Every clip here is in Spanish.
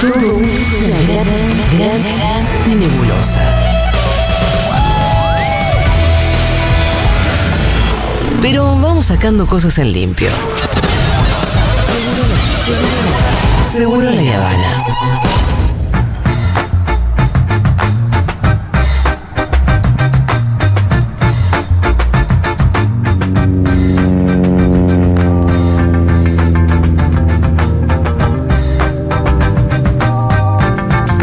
Todo una gran, gran, gran nebulosa. Pero vamos sacando cosas en limpio. Seguro la Habana.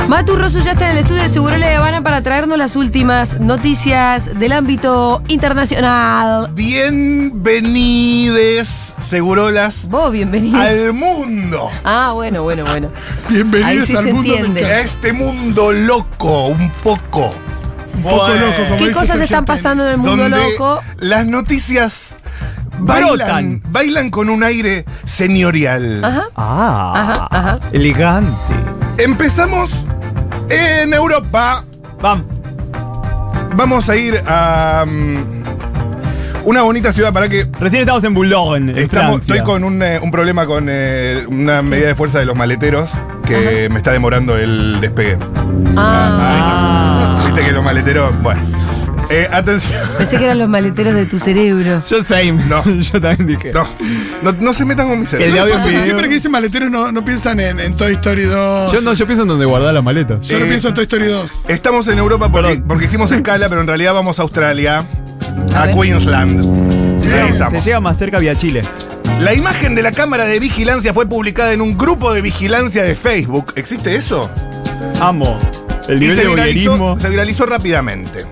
Matu Rosu ya está en el estudio de Seguro La Habana para traernos las últimas noticias del ámbito internacional. Bienvenides, segurolas, Vos, bienvenido. al mundo. Ah, bueno, bueno, bueno. Ahí Bienvenidos sí se al mundo. entiende. A este mundo loco, un poco. Un poco loco, como ¿Qué dice cosas Sergio están Tenis. pasando en el mundo donde loco? Las noticias bailan, Brotan. bailan con un aire señorial. Ajá. Ah, Ajá, ajá. elegante. Empezamos en Europa. Vamos. Vamos a ir a mm, una bonita ciudad para que Recién estamos en Boulogne, en Estamos- Francia. estoy con un, eh, un problema con eh, una medida de fuerza de los maleteros que me está demorando el despegue. Ah, Ah. Viste que los maleteros. Bueno. Eh, atención. pensé que eran los maleteros de tu cerebro. Yo same. No. Yo también dije. No, no, no se metan con mi El de cerebro. audio Pasa que video. siempre que dicen maleteros no, no piensan en, en Toy Story 2. Yo no, yo pienso en donde guardar la maleta. Yo no Eh, pienso en Toy Story 2. Estamos en Europa porque, Perdón. porque hicimos escala, pero en realidad vamos a Australia, a, ver. Queensland. Ahí Se estamos. llega más cerca vía Chile. La imagen de la cámara de vigilancia fue publicada en un grupo de vigilancia de Facebook. ¿Existe eso? Amo. El Y nivel se de viralizó, boyerismo. se viralizó rápidamente.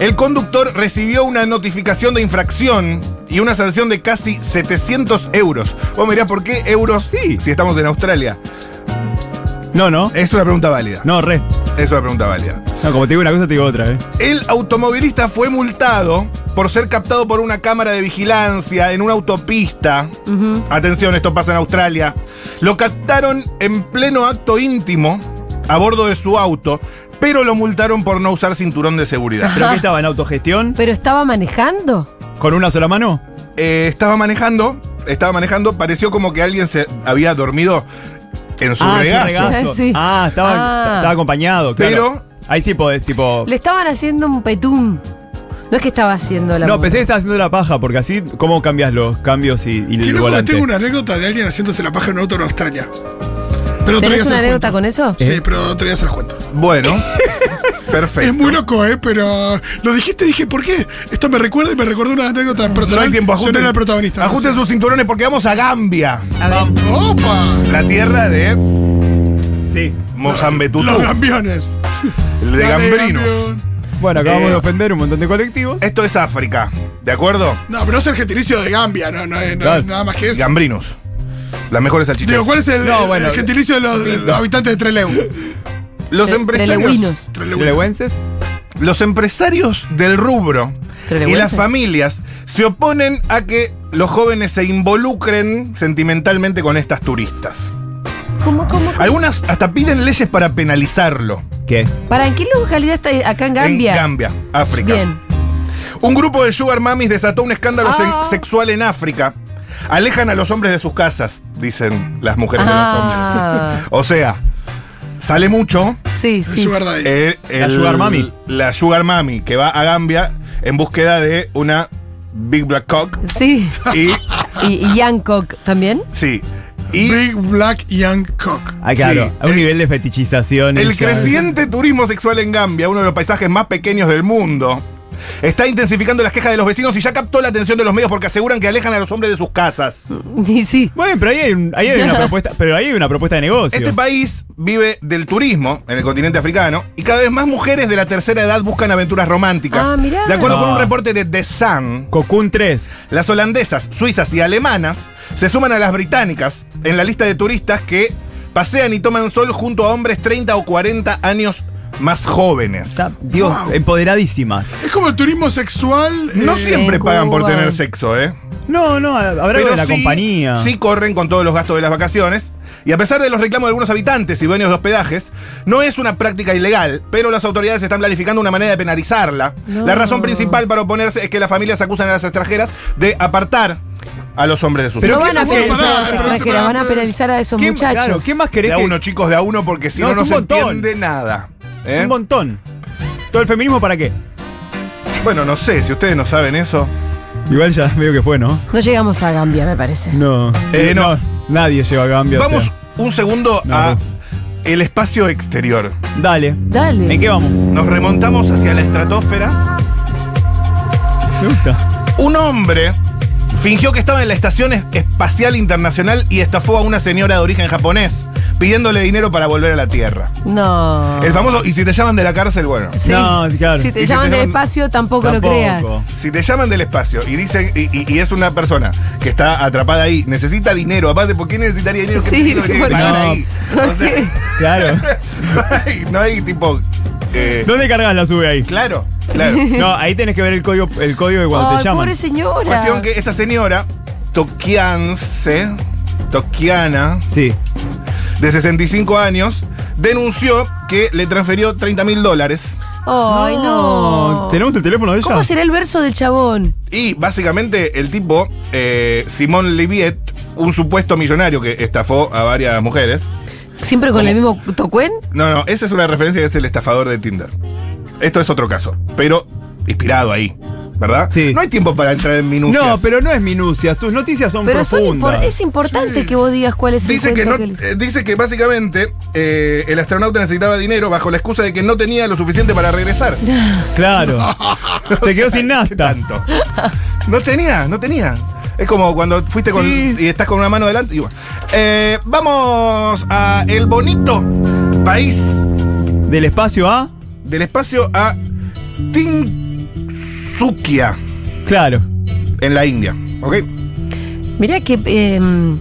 El conductor recibió una notificación de infracción y una sanción de casi 700 euros. Vos mirás, ¿por qué euros Sí. si estamos en Australia? No, no. Es una pregunta válida. No, re. Es una pregunta válida. No, como te digo una cosa, te digo otra, eh. El automovilista fue multado por ser captado por una cámara de vigilancia en una autopista. Atención, esto pasa en Australia. Lo captaron en pleno acto íntimo a bordo de su auto, pero lo multaron por no usar cinturón de seguridad. Pero que estaba en autogestión, ¿Pero estaba manejando? con una sola mano. Eh, estaba manejando, estaba manejando, pareció como que alguien se había dormido en su ah, regazo. qué regazo. Sí. Ah, estaba, Ah. estaba acompañado, claro. Pero- Ahí sí podés, tipo. Le estaban haciendo un petum. No es que estaba haciendo la No, moda. pensé que estaba haciendo la paja, porque así, ¿cómo cambias los cambios y, y Qué el loco, volante? tengo una anécdota de alguien haciéndose la paja en un auto en Australia. Pero otro ¿Tenés día se Eh. una las anécdota cuento. con eso? Sí, pero otro día se las cuento. Bueno, Es perfecto. muy loco, ¿eh? Pero lo dijiste y dije, ¿por qué? Esto me recuerda y me recordó una anécdota No personal. hay tiempo, Yo no ajusten, era el protagonista. ajusten sus cinturones porque vamos a Gambia, A ver. ¡Opa! la tierra de Sí. Mozambetutú, Uh. Los gambiones. el de Dale, Gambrino. gambión. Bueno, Eh. acabamos de ofender un montón de colectivos. Esto es África, ¿de acuerdo? No, pero no es el gentilicio de Gambia, no, no, es- no Claro. es nada más que eso. Gambrinus. Las mejores salchichas. Digo, ¿cuál es el, No, el bueno, gentilicio de los, de los habitantes de Treleu? Los Eh, Tre- empresarios, Trelewinos. Treleu. ¿Lewenses? los empresarios del rubro y Trelewense. las familias se oponen a que los jóvenes se involucren sentimentalmente con estas turistas. ¿Cómo, cómo? Algunas hasta piden leyes para penalizarlo. ¿Qué? ¿Para en qué localidad está acá en Gambia? En Gambia, África. Bien. Un grupo de sugar mamis desató un escándalo Ah. se- sexual en África. Alejan a los hombres de sus casas, dicen las mujeres Ah. de los hombres. O sea, sale mucho. Sí, sí. Sugar Daddy. eh, el- sugar mami. La sugar mami que va a Gambia en búsqueda de una Big Black Cock. Sí. Y Y, y Hancock también. sí. Y Big Black Young Cock. Ah, claro. Sí. eh, a un nivel de fetichización. El ya- creciente turismo sexual en Gambia, uno de los paisajes más pequeños del mundo, está intensificando las quejas de los vecinos y ya captó la atención de los medios porque aseguran que alejan a los hombres de sus casas. Y sí. Bueno, pero ahí hay, un- ahí hay una propuesta. Pero ahí hay una propuesta de negocio. Este país vive del turismo en el continente africano y cada vez más mujeres de la tercera edad buscan aventuras románticas. Ah, mirá. De acuerdo con Ah. un reporte de The Sun, Cocoon 3. las holandesas, suizas y alemanas se suman a las británicas en la lista de turistas que pasean y toman sol junto a hombres 30 o 40 años más jóvenes. Está, digo, Wow. empoderadísimas. Es como el turismo sexual. No eh, siempre Cuba. pagan por tener sexo, ¿eh? No, no, habrá algo de la compañía. sí corren con todos los gastos de las vacaciones. Y a pesar de los reclamos de algunos habitantes y dueños de hospedajes, no es una práctica ilegal, pero las autoridades están planificando una manera de penalizarla. No. La razón principal para oponerse es que las familias acusan a las extranjeras de apartar a los hombres de sus No ¿qué van a más- penalizar pará, a las pero- extranjeras, van a penalizar a esos ¿Qué- muchachos. claro, ¿qué más De querés a que- uno, chicos, de a uno, porque si No, no, no es un se montón. entiende nada. Es ¿eh? un montón. ¿Todo el feminismo para qué? Bueno, no sé, si ustedes no saben eso. Igual ya veo que fue, ¿no? No llegamos a Gambia, me parece. No. Eh, no. Nadie lleva a Gambia. o Vamos sea. un segundo No, a no. el espacio exterior. Dale. Dale. ¿En qué vamos? Nos remontamos hacia la estratosfera. Me gusta. Un hombre fingió que estaba en la Estación Es- Espacial Internacional y estafó a una señora de origen japonés, pidiéndole dinero para volver a la Tierra. No. El famoso, y si te llaman de la cárcel, bueno. Sí. No, claro. Si Y te si llaman te de llaman- espacio, tampoco, lo Tampoco. creas. Si te llaman del espacio y dicen y, y- y es una persona que está atrapada ahí, necesita dinero, aparte, ¿por qué necesitaría dinero? ¿Qué Sí, dinero tiene que ¿por pagar qué? ahí? O sea, Claro. no, hay, no hay tipo. eh, ¿Dónde cargas la sube ahí? Claro, claro. No, ahí tenés que ver el código, el código de cuando Ay, te llaman. pobre señora. Cuestión que esta señora, Toquianse, Toquiana, Sí. de 65 años, denunció que le transfirió 30 mil dólares. Ay, no. ¿Tenemos el teléfono de ella? ¿Cómo será el verso del chabón? Y básicamente el tipo, eh, Simón Liviet, un supuesto millonario que estafó a varias mujeres. ¿Siempre con el mismo tocuén? No, no, esa es una referencia que es el estafador de Tinder. Esto es otro caso, pero inspirado ahí, ¿verdad? Sí. No hay tiempo para entrar en minucias. No, pero no es minucias. Tus noticias son Pero son profundas. impor- es importante que vos digas cuál es el Dice que, no, cuento que le- eh, dice que básicamente eh, el astronauta necesitaba dinero bajo la excusa de que no tenía lo suficiente para regresar. Claro. Se quedó sin ¿Qué nasta. tanto? No tenía, no tenía. Es como cuando fuiste con Sí. y estás con una mano delante. y bueno. Eh, vamos a el bonito país Del espacio A, del espacio a Tinsukia claro. en la India. ¿Ok? Mirá que. em,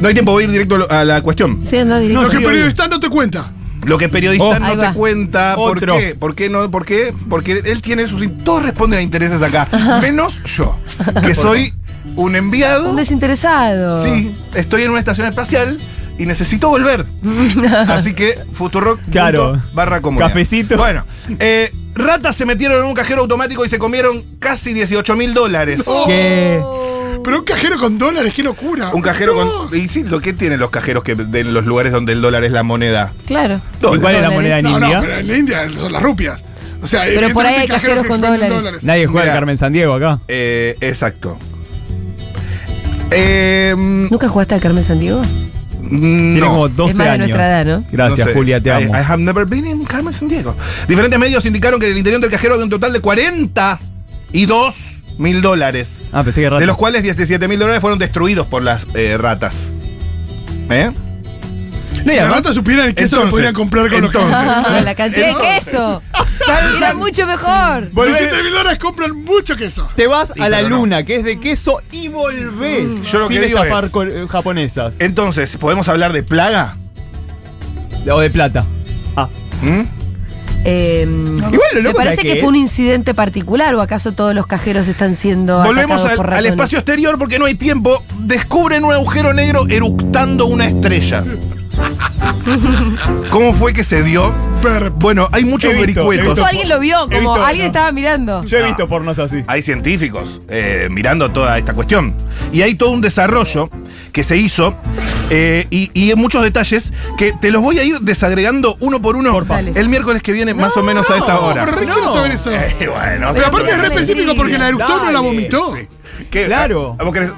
No hay tiempo, voy a ir directo a lo- a la cuestión. sí, anda directo. Lo que sí, periodista no te cuenta. Lo que periodista Oh. no Ahí te va. cuenta. ¿Por Otro. qué? ¿Por qué no? ¿Por qué? Porque él tiene sus. Todos responden a intereses acá. Menos yo, que soy un enviado. Un desinteresado. Sí, estoy en una estación espacial y necesito volver. Así que Futurock Claro. punto barra comunidad. Cafecito. Bueno, eh, ratas se metieron en un cajero automático y se comieron casi 18 mil dólares. No. Que Pero un cajero con dólares, qué locura. Un cajero No. con. Y sí, lo que tienen los cajeros que de los lugares donde el dólar es la moneda. Claro. ¿Y cuál es la Dólares. moneda en No, no, India? pero en la India son las rupias. O sea, Pero por ahí hay cajeros evidentemente que con expenden dólares. Nadie juega Mira. al Carmen Sandiego acá. Eh, exacto. Eh, mm, ¿Nunca jugaste al Carmen Sandiego? Tiene no. como 12 Es más de años. nuestra edad, ¿no? Gracias, No sé. Julia, te I- amo. I, have never been in Carmen San Diego. Diferentes medios indicaron que en el interior del cajero había un total de 40 y 2 mil dólares. ah, pensé que De rata. los cuales 17 mil dólares fueron destruidos por las eh, ratas. ¿Eh? Si las ratas supieran el queso Entonces, que podrían comprar con entonces. los Ah, la cantidad de queso. Era Saltan, mucho mejor. Por 17 mil dólares compran mucho queso. Te vas Sí, a la pero no. luna, que es de queso, y volvés. Yo lo sin que digo estafar es- col- eh, japonesas. entonces, ¿podemos hablar de plaga? O de plata. Ah. ¿Mm? Eh, Igual lo me loco parece es que, que fue un es- incidente particular o acaso todos los cajeros están siendo Volvemos atacados al, por al ratones? espacio exterior porque no hay tiempo. Descubren un agujero negro eructando una estrella. ¿Cómo fue que se dio? Per- Bueno, hay muchos He visto, he vericuetos. Justo alguien lo vio, He como visto, alguien ¿no? estaba mirando. Yo he visto pornos así. hay científicos eh, mirando toda esta cuestión. Y hay todo un desarrollo que se hizo eh, y, y en muchos detalles que te los voy a ir desagregando uno por uno Porfa. Dale. el miércoles que viene, más o menos a esta hora. Pero re No. quiero saber eso. Eh, bueno, Pero aparte es re Pero no mentira, específico porque la eructó no la dale. vomitó. ¿qué? Ah, Claro. ¿Vos querés,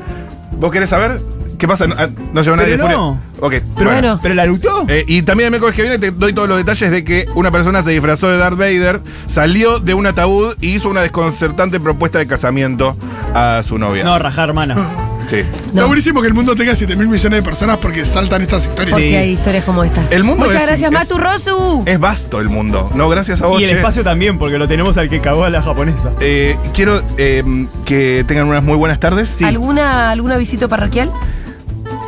vos querés saber qué pasa? No, ah, no llegó nadie Pero de no. Furia. Ok, Pero bueno. ¿Pero la luchó? Eh, y también el miércoles que viene te doy todos los detalles de que una persona se disfrazó de Darth Vader, salió de un ataúd y hizo una desconcertante propuesta de casamiento a su novia. No, rajá, hermana. Sí. Está buenísimo que el mundo tenga 7 mil millones de personas porque saltan estas historias. Porque Sí. hay historias como esta. El mundo Muchas es- gracias, es- Eh, Matu Rosu. Es vasto el mundo. No, gracias a vos. y el Oh, che. espacio también, porque lo tenemos al que cagó a la japonesa. Eh, quiero eh, que tengan unas muy buenas tardes. ¿Alguna, ¿Alguna visita parroquial?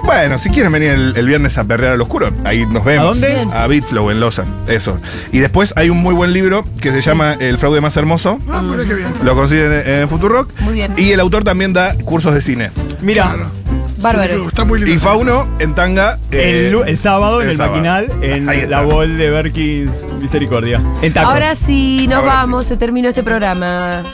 Bueno, si quieren venir el, el viernes a perrear al oscuro, ahí nos vemos. ¿A dónde? Bien. A Bitflow en Lozan. Eso. Y después hay un muy buen libro que se llama El fraude más hermoso. Ah, pero qué bien. Lo consiguen en, en Futurock. Muy bien. Y el autor también da cursos de cine. Mira, Claro. Bárbaro. Está muy lindo. Y Fauno en tanga. eh, el, lu- el sábado en el el sábado. maquinal, en Ahí está. la bol de Berkins Misericordia. En tacos. Ahora sí, nos Ahora sí. vamos, se terminó este programa.